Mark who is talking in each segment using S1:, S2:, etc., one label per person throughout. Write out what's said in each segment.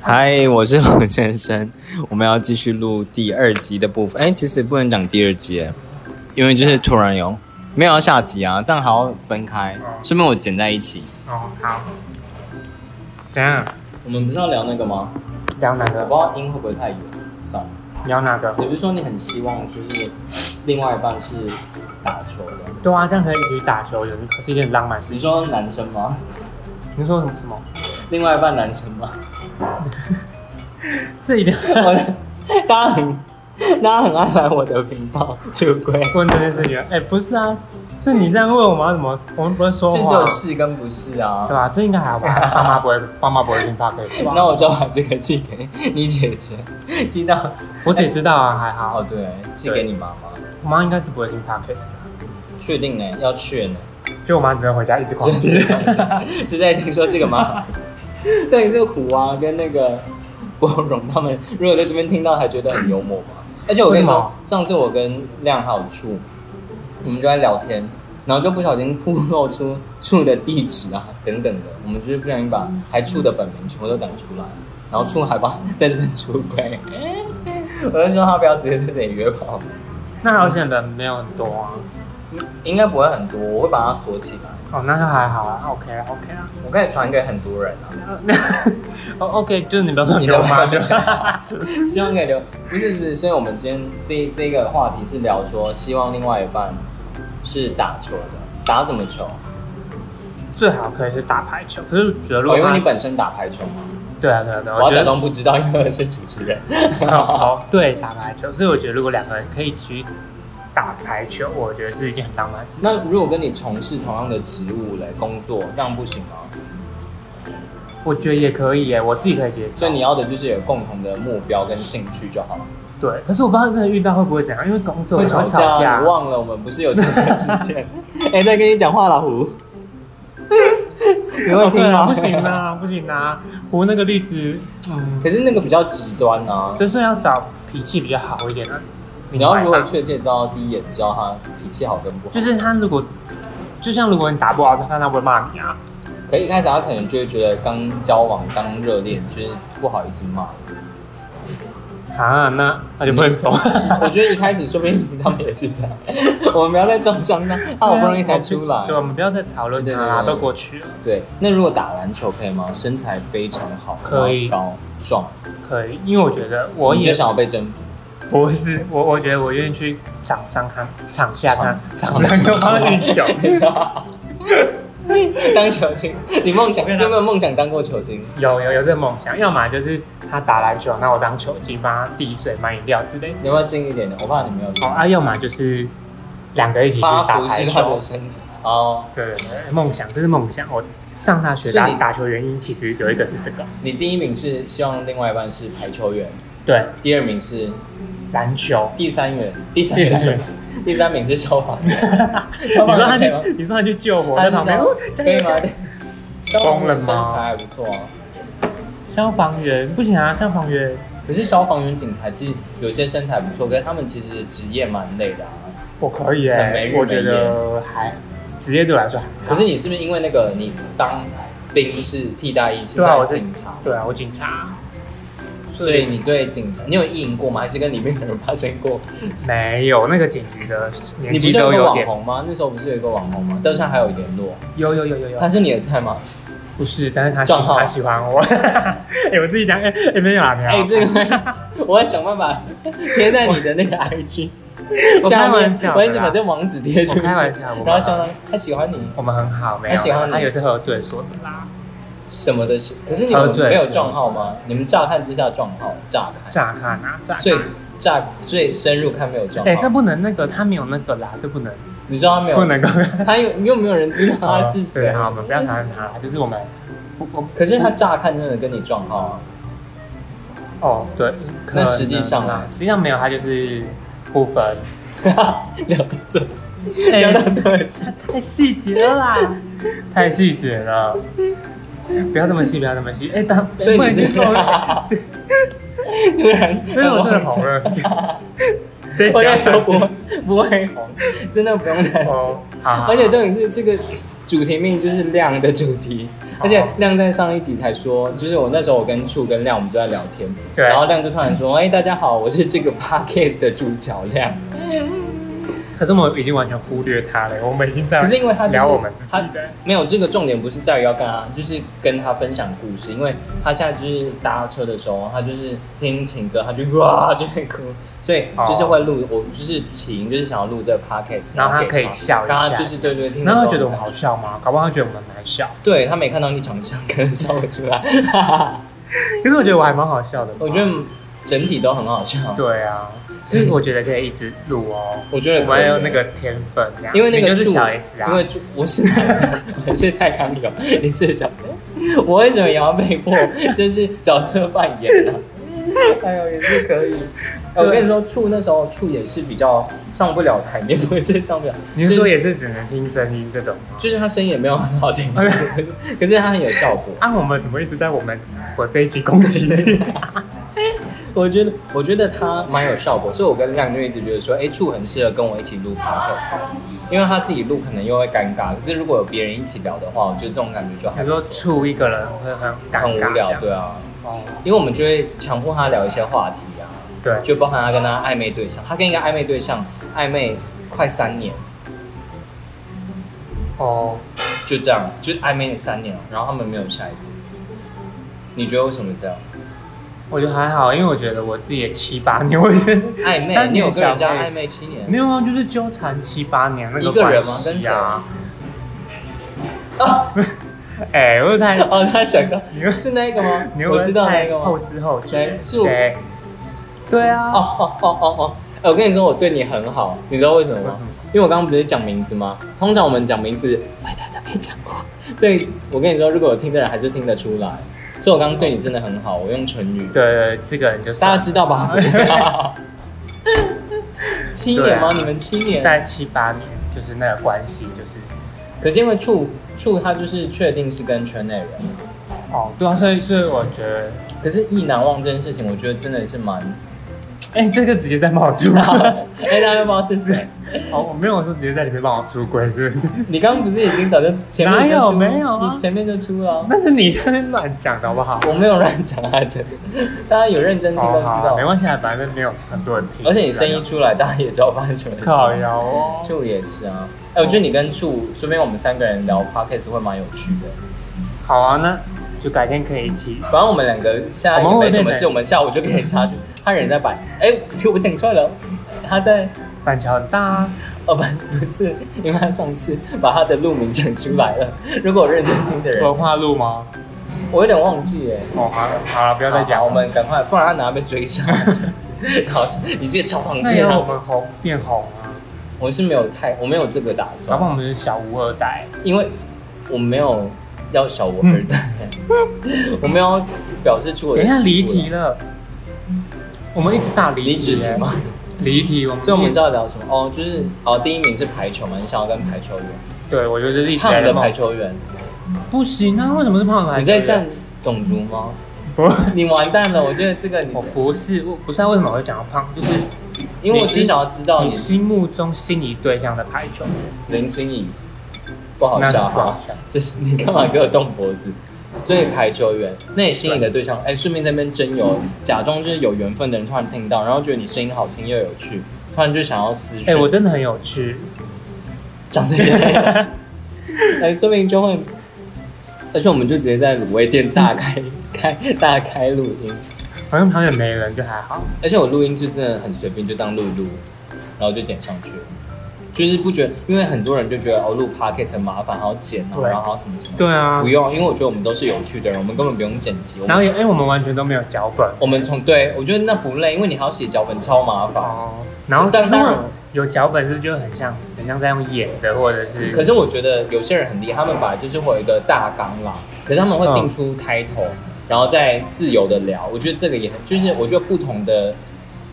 S1: 嗨，我是龙先生， 我们要继续录第二集的部分。哎，其实不能讲第二集耶，因为就是突然有没有要下集啊，这样好好分开，顺便我剪在一起。
S2: 哦，好。怎样？
S1: 我们不是要聊那个吗？
S2: 聊哪
S1: 我
S2: 个
S1: 不？知道音会不会太远，算了。
S2: 聊哪个？
S1: 你不是说你很希望就是另外一半是打球的？
S2: 对啊，这样可以一起打球，有是一件很浪漫的事
S1: 你
S2: 情。
S1: 说男生吗？
S2: 你说什么什么？
S1: 另外一半男生吗？
S2: 这一定
S1: 我的，大家很大家很爱来我的频道出轨，
S2: 问 这件事情？哎、不是啊，是你这样问我们要怎么？我们不会说
S1: 这只
S2: 话
S1: 有
S2: 啊，
S1: 是跟不是啊
S2: 对。吧、这应该还好吧？爸妈不会，爸妈不会听 p o d c
S1: 那我就把这个寄给你姐姐，寄到
S2: 我姐知道啊，还好
S1: 哦，，对，寄给你妈妈。
S2: 我妈应该是不会听 p o d c
S1: 确定呢？要确呢？
S2: 就我妈只会回家 一直狂听。
S1: 就在听说这个 吗？这里是虎啊，跟那个国荣他们， 如果在这边听到，还觉得很幽默吗？而且我跟你
S2: 为
S1: 说
S2: 什么，
S1: 上次我跟亮还有处，我们就在聊天，然后就不小心暴露出处的地址啊等等的，我们就是不小心把还处的本名全部都讲出来，然后处还把在这边出轨， 我就说他不要直接在这里约炮，
S2: 那好险人没有很多啊。
S1: 应该不会很多，我会把它锁起来，
S2: 哦，那就还好啊，OK 啊，OK 啊。
S1: 我可以传给很多人啊。
S2: 哦，OK，就是你不要乱
S1: 你
S2: 给我
S1: 的
S2: 妈就。
S1: 希望可以留，不是不是，所以我们今天这这个话题是聊说，希望另外一半是打球的，打什么球？
S2: 最好可以是打排球，可是我觉得如
S1: 哦，
S2: 果
S1: 因为你
S2: 他
S1: 本身打排球嘛，
S2: 对啊对啊对啊，
S1: 我要
S2: 觉
S1: 假
S2: 得
S1: 装不知道，因为我是主持人。
S2: 好，对，打排球。所以我觉得，如果两个人可以一起去打排球，我觉得是一件很浪漫的事。
S1: 那如果跟你从事同样的职务嘞，工作这样不行吗？
S2: 我觉得也可以耶，我自己可以接受。
S1: 所以你要的就是有共同的目标跟兴趣就好了。
S2: 对，可是我不知道真的遇到会不会怎样，因为工作
S1: 吵
S2: 吵架
S1: 你。忘了我们不是有这个之 见？哎、在跟你讲话了，胡。有
S2: 哦
S1: 问题
S2: 对啊，
S1: 吗？
S2: 不行啊，不行啊！我那个例子，嗯，
S1: 可是那个比较极端啊。
S2: 就是要找脾气比较好一点的。
S1: 你要如
S2: 另外
S1: 何
S2: 一半
S1: 确切知道第一眼知道他脾气好跟不好？
S2: 就是他如果，就像如果你打不好，他他会骂你啊。
S1: 可一开始他可能就会觉得刚交往、刚热恋，就是不好意思骂。
S2: 啊，那那就不能走。
S1: 我觉得一开始说不定他们也是这样，我们不要再撞伤他，他好不容易才出来
S2: 对，。我啊们不要再讨论
S1: 对
S2: 他
S1: 对
S2: 啦，
S1: 对对
S2: 都过去了，
S1: 对，那如果打篮球可以吗？身材非常好，
S2: 可以
S1: 然后高壮，
S2: 可以。因为我觉得我
S1: 你就
S2: 也
S1: 想要被征服。
S2: 不是，我我觉得我愿意去场上看，场下看，
S1: 场
S2: 场上跟他运球。
S1: 当球精，你梦想
S2: 我
S1: 有
S2: 跟
S1: 没
S2: 你讲
S1: 有梦想当过球精？
S2: 有有有这个梦想，要么就是他打篮球，那我当球精帮他递水、买饮料之类的。
S1: 你要不要近一点的？我怕你没有力。
S2: 哦啊，要么就是两个一啊起去
S1: 八
S2: 打
S1: 服
S2: 排
S1: 是他
S2: 球
S1: 的。身体哦。
S2: 对对对，梦想这是梦想。我上大学
S1: 所以
S2: 打
S1: 你
S2: 打球原因其实有一个是这个，
S1: 你第一名是希望另外一半是排球员，
S2: 对
S1: 第二名是
S2: 篮球。
S1: 第三员，第三
S2: 第三
S1: 员
S2: 员，
S1: 第三名是消防 员。
S2: 你
S1: 消
S2: 说
S1: 防
S2: 他
S1: 员可以吗
S2: 去，你说他去救火，在旁边，哦加
S1: 可以
S2: 油
S1: 吗
S2: 加油？
S1: 消防员
S2: 疯了吗
S1: 身材还不错啊，
S2: 消防员不行啊，消防员，
S1: 可是消防员、警察其实有些身材不错，可是他们其实职业蛮累的啊。
S2: 我可以
S1: 很没
S2: 哎
S1: 日，没
S2: 我觉得还职业对我来说还
S1: 可
S2: 好
S1: 是你是不是因为那个你当兵是替代役，是
S2: 对啊
S1: 在
S2: 我是
S1: 警察，
S2: 对啊，我警察，
S1: 所以你对警察，你有意淫过吗？还是跟里面的人发生过？
S2: 没有那个警局的年
S1: 你不
S2: 纪
S1: 是有
S2: 都
S1: 个
S2: 有
S1: 网
S2: 点，
S1: 红吗？那时候不是有一个网红吗？但是还有联络，
S2: 有有有有有
S1: 他，是你的菜吗？
S2: 不是，但是他喜
S1: 撞号
S2: 他喜欢我， 哎、我自己讲，哎、哎没有啊，没有啊，
S1: 哎、这个 我要想办法贴在你的那 个 IG
S2: 我
S1: 下
S2: 开
S1: 面
S2: 玩，笑
S1: 我
S2: 的
S1: 一直把
S2: 啦，
S1: 哎这网址贴出去，
S2: 我开玩笑
S1: 然
S2: 我
S1: 后想到他喜欢你
S2: 我们很好，没
S1: 啊他
S2: 有
S1: 喜欢
S2: 啊，
S1: 你
S2: 他有一次喝醉说的啦，
S1: 什么的事，可是你们
S2: 喝醉
S1: 没有撞号吗？你们乍看之下撞号，乍看，
S2: 乍看啊，乍
S1: 最
S2: 看，
S1: 乍最深入看没有撞
S2: 哎、这
S1: 号，
S2: 不能那个，他没有那个啦，这不能，
S1: 你知道他没有，
S2: 能 够，
S1: 他有又没有人知道他啊是
S2: 对
S1: 谁
S2: 好，我们不要谈论他啦，就是我们，不我
S1: 可是他乍看真的跟你撞号 啊，
S2: 哦，对，可
S1: 那实际上呢
S2: 能啦实际上没有，他就是不 分，
S1: 聊到这，
S2: 哎
S1: 聊到这是
S2: 太细节了啦， 太细节了。不要这么细，不要这么细。哎、当
S1: 所以
S2: 不
S1: 你
S2: 然就是透露
S1: 突 然，
S2: 所以哎我真的红了。对
S1: 我在说不会不会红， 真的不用担心。
S2: 哦，好好好
S1: 而且重点是这个主题命就是亮的主题，
S2: 哦
S1: 而且亮在上一集才说，就是我那时候我跟处跟亮我们就在聊天，
S2: 对
S1: 然后亮就突然说：“哎、大家好，我是这个 podcast 的主角亮。
S2: 可是我们已经完全忽略他了，我们已经”在
S1: 可是因为他、就是、
S2: 聊我们自
S1: 他
S2: 己的，
S1: 没有这个重点不是在于要干他，就是跟他分享故事，因为他现在就是搭车的时候，他就是听情歌，他就哇就会哭，所以
S2: 哦
S1: 就是会录、我就是起因就是想要录这个 podcast，
S2: 然后他
S1: 给
S2: 可以笑一
S1: 让他
S2: 下
S1: 就是对对听的时候，
S2: 然后他觉得我们好笑吗？搞不好他觉得我们很难笑。
S1: 对他没看到你长相，可能笑不出 来。
S2: 可是我觉得我还蛮好笑的吧。
S1: 我觉得整体都很好笑，
S2: 对啊，所以我觉得可以一直录哦。
S1: 我觉得
S2: 我
S1: 可以
S2: 们有那个天分啊，
S1: 因为那
S2: 你
S1: 个
S2: 就是
S1: 柱
S2: 小 S 啊
S1: 因，为柱我是 我是蔡康永，你是小 S，我为什么也要被迫就是角色扮演呢、 哎呦，也是可以。哎我跟你说，处那时候处也是比较上不了台面，不是上不了，
S2: 你是说也是只能听声音这种吗？
S1: 就是他声音也没有很好听， 可是他很有效果。
S2: 啊，我们怎么一直在我们我这一集攻击你？
S1: 我觉得我觉得他蛮有效果，所以我跟亮就一直觉得说，哎，处很适合跟我一起录 podcast，因为他自己录可能又会尴尬，可是如果有别人一起聊的话，我觉得这种感觉就还
S2: 你说处一个人会很尴
S1: 很
S2: 尬，
S1: 无聊，对啊，
S2: 哦，
S1: 因为我们就会强迫他聊一些话题啊，
S2: 对，
S1: 就包含他跟他暧昧对象，他跟一个暧昧对象暧昧快三年，
S2: 哦，
S1: 就这样，就暧昧了三年了，然后他们没有下一步，你觉得为什么这样？
S2: 我觉得还好，因为我觉得我自己也七八年，我觉得
S1: 暧昧，
S2: 三
S1: 你有
S2: 年
S1: 跟人家
S2: 小妹
S1: 暧
S2: 子
S1: 昧七年？
S2: 没有啊，就是纠缠七八年那
S1: 一个人
S2: 关
S1: 吗
S2: 系啊。哎、我太，
S1: 哦，他想到
S2: 你会
S1: 是那个吗
S2: 你？会不
S1: 我
S2: 会
S1: 知道
S2: 太
S1: 那个吗
S2: 后？知后觉
S1: 谁，是我
S2: 谁？对啊，
S1: 哦哦哦哦哦！哎我跟你说，我对你很好，你知道为什么
S2: 为
S1: 吗
S2: 什么？
S1: 因为我刚刚不是讲名字吗？通常我们讲名字，我在这边讲过，所以我跟你说，如果有听的人还是听得出来，所以我刚刚对你真的很好，我用唇语，
S2: 对对，这个人就是
S1: 大家知道吧？ 七年
S2: 啊
S1: 吗？你们七年？
S2: 在七八年，就是那个关系，就是
S1: 可是因为处处他就是确定是跟圈内人，
S2: 哦，对啊，所以所以我觉得，
S1: 可是意难忘这件事情，我觉得真的是 蛮……
S2: 哎、这个直接在帮我出轨，
S1: 哎，大家都不知道是谁？
S2: 哦，我没有说直接在里面帮我出轨，是不 是？
S1: 你刚刚不是已经早就前面就
S2: 哪有
S1: 出
S2: 没有啊
S1: 你前面就出了啊。
S2: 那是你在那边乱讲的好不好？
S1: 我没有乱讲啊，真的，大家有认真听都知
S2: 好
S1: 道
S2: 没。关系啊，反正没有很多人听，
S1: 而且你声音出来，大家也知道发生什么
S2: 靠
S1: 事。
S2: 腰哦，
S1: 处也是啊，哎、我觉得你跟处，说不定我们三个人聊 podcast 会蛮有趣的。
S2: 好啊，那就改天可以一起。
S1: 反正我们两个现在也没什么
S2: 哦
S1: 事，我们下午就可以下去。他人在板，哎、我讲错了，他在
S2: 板桥很大啊，
S1: 哦不不是，因为他上次把他的路名讲出来了。如果有认真听的人，
S2: 文化路吗？
S1: 我有点忘记哎。
S2: 哦，好了，好了，不要再讲
S1: 好
S2: 了。
S1: 我们赶快，不然他等下被追 上来。好，你这个超放
S2: 那
S1: 弃
S2: 也让
S1: 啊
S2: 我！们红变红啊，
S1: 我是没有太，我没有这个打
S2: 搞
S1: 算
S2: 不。好我们是小无二代。
S1: 因为我没有要小我二代， 我没有表示出我
S2: 嗯
S1: 的
S2: 等一下
S1: 喜
S2: 离
S1: 恶
S2: 题，了，我们一直大离
S1: 离职
S2: 题耶
S1: 题吗？
S2: 离题，我们
S1: 所以我们是要聊什么？哦，就是哦，第一名是排球嘛，你想要跟排球员，
S2: 对我就是一直
S1: 胖
S2: 在
S1: 的
S2: 梦
S1: 排球员，
S2: 不行啊，为什么是胖的排球？
S1: 你在占种族吗？
S2: 不，
S1: 你完蛋了，我觉得这个你
S2: 我，不是，我不是啊，为什么我会讲到胖？就是
S1: 因为我只想要知道
S2: 你
S1: 你
S2: 心目中心仪对象的排球，
S1: 林心怡不好
S2: 那是
S1: 笑啊
S2: 不好
S1: 哈，
S2: 笑。
S1: 就是你干嘛给我动脖子？ 所以排球员，那你心仪的对象，哎，顺便在那边征友，假装就是有缘分的人突然听到，然后觉得你声音好听又有趣，突然就想要私讯。
S2: 哎、我真的很有趣，
S1: 长得也太像， 哎，说明就会，而且我们就直接在卤味店大开开大开录音，
S2: 好像旁边没人就还好。
S1: 而且我录音就真的很随便，就这样录一录，然后就剪上去，就是不觉得，因为很多人就觉得哦录 podcast 很麻烦，还要剪哦，
S2: 对
S1: 然后还要什么什么，
S2: 对啊
S1: 不，用，因为我觉得我们都是有趣的人，我们根本不用剪辑，我们
S2: 然后也因哎为我们完全都没有脚本
S1: 我们从对我觉得那不累，因为你还要写脚本，超麻烦。
S2: 哦，然后
S1: 但
S2: 但
S1: 当
S2: 当
S1: 然
S2: 然有脚本是不是就很像很像在用演的，或者是
S1: 可是我觉得有些人很厉害，他们本来就是会有一个大纲啦，可是他们会定出开头，
S2: 啊
S1: 然后再自由的聊。我觉得这个也很，就是我觉得不同的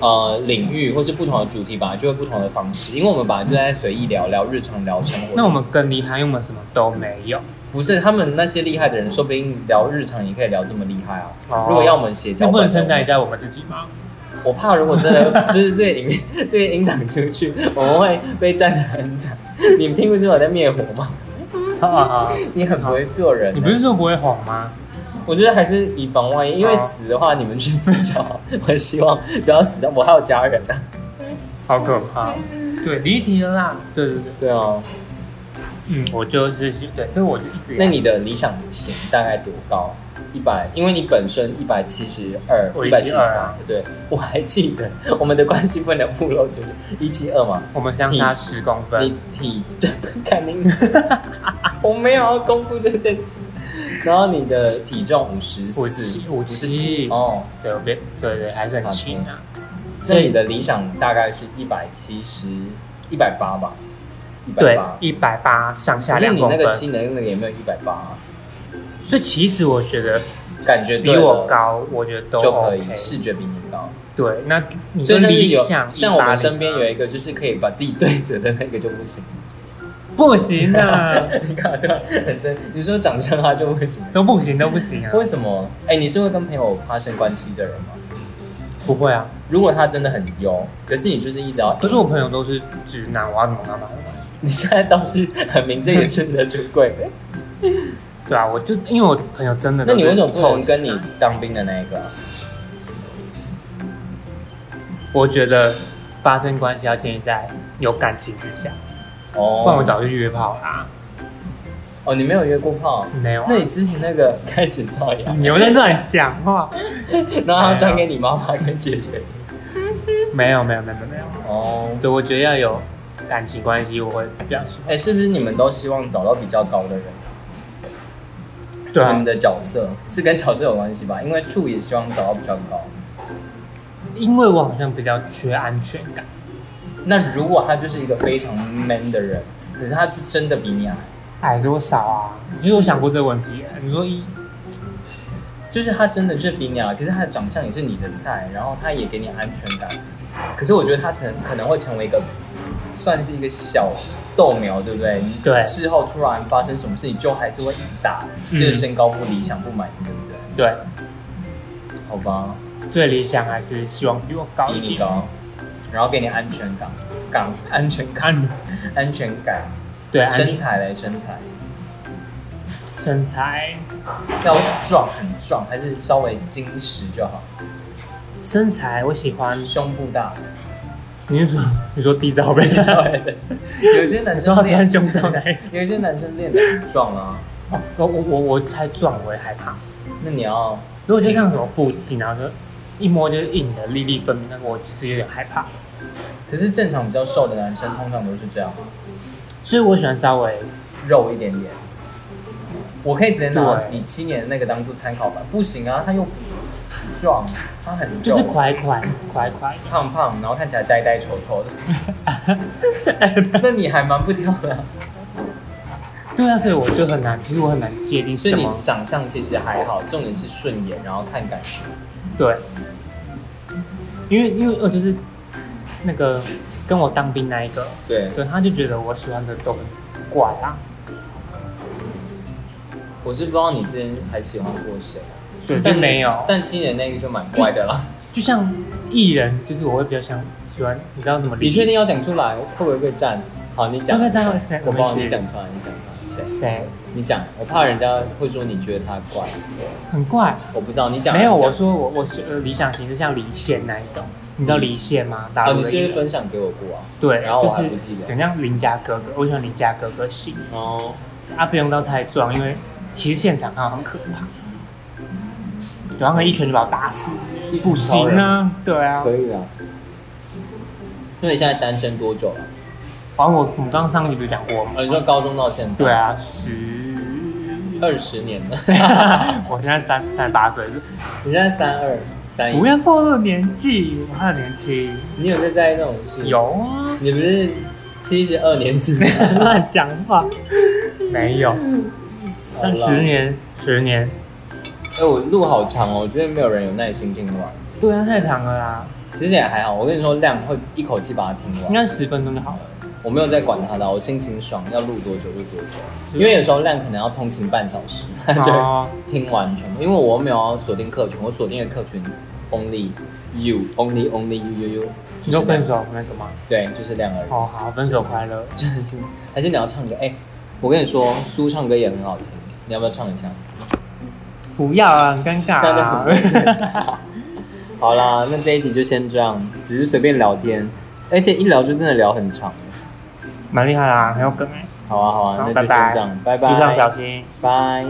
S1: 呃领域或是不同的主题，本来就会不同的方式，因为我们本来就在随意聊聊日常聊生活。
S2: 那我们更厉害，因为我们什么都没有。
S1: 不是他们那些厉害的人，说不定聊日常也可以聊这么厉害啊。
S2: 哦
S1: 如果要我们写脚
S2: 那不能
S1: 本
S2: 称
S1: 的
S2: 赞
S1: 话，
S2: 一下我们自己 吗？
S1: 我怕如果真的 就是这个影片这个音档出去，我们会被站得很惨。你们听不出我在灭火吗？
S2: 啊，
S1: 你很不会做人、啊
S2: 你不是说不会谎吗？
S1: 我觉得还是以防万一，因为死的话你们去死就好。 我希望不要死掉，我还有家人啊呢、
S2: 好可怕。对，离题了啦。对对对，
S1: 对啊，
S2: 嗯，我就是对，所以我就一直以来
S1: 那你的理想型大概多高？一百，因为你本身一百七十二，
S2: 我
S1: 一百七十
S2: 172
S1: 三
S2: 啊，
S1: 对我还记得 我们的关系不能暴露出去，一七二嘛，
S2: 我们相差十公分
S1: 你，体 肯定，我没有要公布这件事。然后你的体重五十
S2: 五
S1: 四
S2: 七，五七
S1: 七哦，
S2: 对，我别对对，还是很轻啊。
S1: 那
S2: 所以
S1: 你的理想大概是一百七十，一百八吧，一百
S2: 对
S1: 八，。
S2: 一百八上下
S1: 可是
S2: 两
S1: 你
S2: 公
S1: 那
S2: 分
S1: 个，七能那个也没有一百八，
S2: 所以其实我觉得
S1: 感觉
S2: 比
S1: 对
S2: 我
S1: 了
S2: 高，我觉得都
S1: 就可
S2: OK
S1: 以，。视觉比你高。
S2: 对，那你
S1: 所以甚
S2: 的
S1: 至
S2: 理
S1: 有
S2: 想
S1: 像我们
S2: 180
S1: 身边
S2: 啊
S1: 有一个就是可以把自己对折的那个就不行，
S2: 不行的，
S1: 你看对吧？啊很深，你说长相他就不行，
S2: 都不行都不行啊，
S1: 为什么？哎，你是会跟朋友发生关系的人吗？
S2: 不会啊。
S1: 如果他真的很优，可是你就是一直要，
S2: 可是我朋友都是直男，我要怎么跟他们发生关系？
S1: 你现在倒是很明正言顺的出柜，
S2: 对啊，我就因为我朋友真的
S1: 那
S2: 都是
S1: 你
S2: 臭
S1: 为什
S2: 直男，
S1: 么不能跟你当兵的那一个啊？
S2: 我觉得发生关系要建立在有感情之下，不然我
S1: 哦
S2: 早就约炮啦。
S1: 哦，你没有约过炮？
S2: 没有啊
S1: 那，你之前那个开始造 谣，
S2: 你又在乱讲 话？
S1: 然后他转给你妈妈跟姐姐。
S2: 没有没有没有没有没有。
S1: 哦，
S2: 对，我觉得要有感情关系，我会表示。
S1: 哎，是不是你们都希望找到比较高的人？
S2: 对
S1: 你
S2: 啊
S1: 们，的角色是跟角色有关系吧？因为处也希望找到比较高。
S2: 因为我好像比较缺安全感，
S1: 那如果他就是一个非常 man 的人，可是他就真的比你啊矮，
S2: 矮多少啊？其实我想过这个问题，你说一
S1: 就是他真的是比你矮，可是他的长相也是你的菜，然后他也给你安全感。可是我觉得他成可能会成为一个，算是一个小豆苗，对不对？你
S2: 对
S1: 事后突然发生什么事情，就还是会一直打，
S2: 嗯
S1: 这个身高不理想不满意，对不对？
S2: 对。
S1: 好吧，
S2: 最理想还是希望比我高
S1: 比
S2: 一
S1: 你
S2: 点。
S1: 高，然后给你安全感，感安全感，
S2: 看，
S1: 安全感，
S2: 对，安
S1: 身材嘞，身材。
S2: 身材，
S1: 要壮，很壮，还是稍微精实就好？
S2: 身材我喜欢。
S1: 胸部 大，
S2: 你是说你说低罩杯？
S1: 稍 微的。有些男
S2: 你说
S1: 生
S2: 要
S1: 练
S2: 穿胸罩那一种？
S1: 有些男生练得很壮啊。
S2: 哦我我我我太壮，我会害怕。
S1: 那你要
S2: 如果就
S1: 嗯
S2: 像什么腹肌，然后就一摸就是硬的，粒粒分明，那个我其实有点害怕。
S1: 可是正常比较瘦的男生通常都是这样，
S2: 所以我喜欢稍微
S1: 肉一点点。我可以直接拿
S2: 对
S1: 你七年的那个当做参考吧？不行啊，他又不壮，他很肉
S2: 就是快快快快。
S1: 胖胖，然后看起来呆呆丑丑的。 那你还蛮不挑的啊、
S2: 对啊，所以我就很难，其实我很难界定
S1: 所以
S2: 什
S1: 你
S2: 么。
S1: 长相其实还好，重点是顺眼，然后看感觉。
S2: 对，因为因为我就是那个跟我当兵那一个，
S1: 对，
S2: 对，他就觉得我喜欢的都很怪啊。
S1: 我是不知道你之前还喜欢过谁，啊
S2: 对，并没有。
S1: 嗯但七年那个就蛮乖的啦。
S2: 就像艺人，就是我会比较想喜欢，你知道怎么理？
S1: 你确定要讲出来？会不会被占？好，你讲。
S2: 会不会占会占
S1: 我不知道
S2: 没事
S1: 你讲出来，你讲出来。谁？
S2: 谁
S1: 你讲，我怕人家会说你觉得他怪。
S2: 很怪？
S1: 我不知道，你讲。
S2: 没有，
S1: 你
S2: 我
S1: 讲
S2: 说我我是呃理想型是像离线那一种，你知道离线吗？大
S1: 哦，
S2: 陆
S1: 你
S2: 的
S1: 是
S2: 艺
S1: 不是
S2: 人
S1: 分享给我过啊？
S2: 对，
S1: 然后我还
S2: 就是
S1: 不记得
S2: 怎样邻家哥哥，我喜欢邻家哥哥型
S1: 哦，
S2: 啊，不用到太壮，因为其实现场看到很可怕，然后一拳就把我打死，
S1: 一
S2: 不
S1: 不
S2: 行啊，对啊，
S1: 以啊。所以你现在单身多久了？
S2: 反正我我们刚上一集不是讲过吗？
S1: 呃，你说高中到现在？
S2: 对。啊， 十，
S1: 二十年 了，
S2: 我现在三三十八岁，
S1: 你现在三二三一
S2: 不，要暴露年纪，我很年轻。
S1: 你有在在意这种事？，
S2: 有啊，
S1: 你不是七十二年次？
S2: 乱讲话。没有，但
S1: 好
S2: 十
S1: 啦
S2: 年，十年，
S1: 哎、我路好长哦，我觉得没有人有耐心听完。
S2: 对啊，太长了啦，
S1: 其实也还好，我跟你说，量会一口气把它听
S2: 应
S1: 完。
S2: 该十分钟就好 了。
S1: 我没有在管它的，我心情爽，要录多久就多久。
S2: 是
S1: 因为有时候量可能要通勤半小时，他就
S2: 哦，
S1: 听完全部。因为我没有要锁定客群，我锁定的客群 only you only only you you you，
S2: 你
S1: 就是
S2: 说分
S1: 量，
S2: 手那个吗？
S1: 对，就是量而已。
S2: 哦，好，分手快乐。
S1: 就是，还是你要唱歌？哎、我跟你说，苏唱歌也很好听，你要不要唱一下？
S2: 不要啊，很尴尬、
S1: 现在在
S2: 啊。
S1: 很 好啦，那这一集就先这样，只是随便聊天，而且一聊就真的聊很长。
S2: 蛮厉害啦，很有梗哎、
S1: 好啊，好啊，
S2: 好
S1: 那就
S2: 拜拜
S1: 先这样，拜
S2: 路上小
S1: 拜，
S2: 心。
S1: 拜。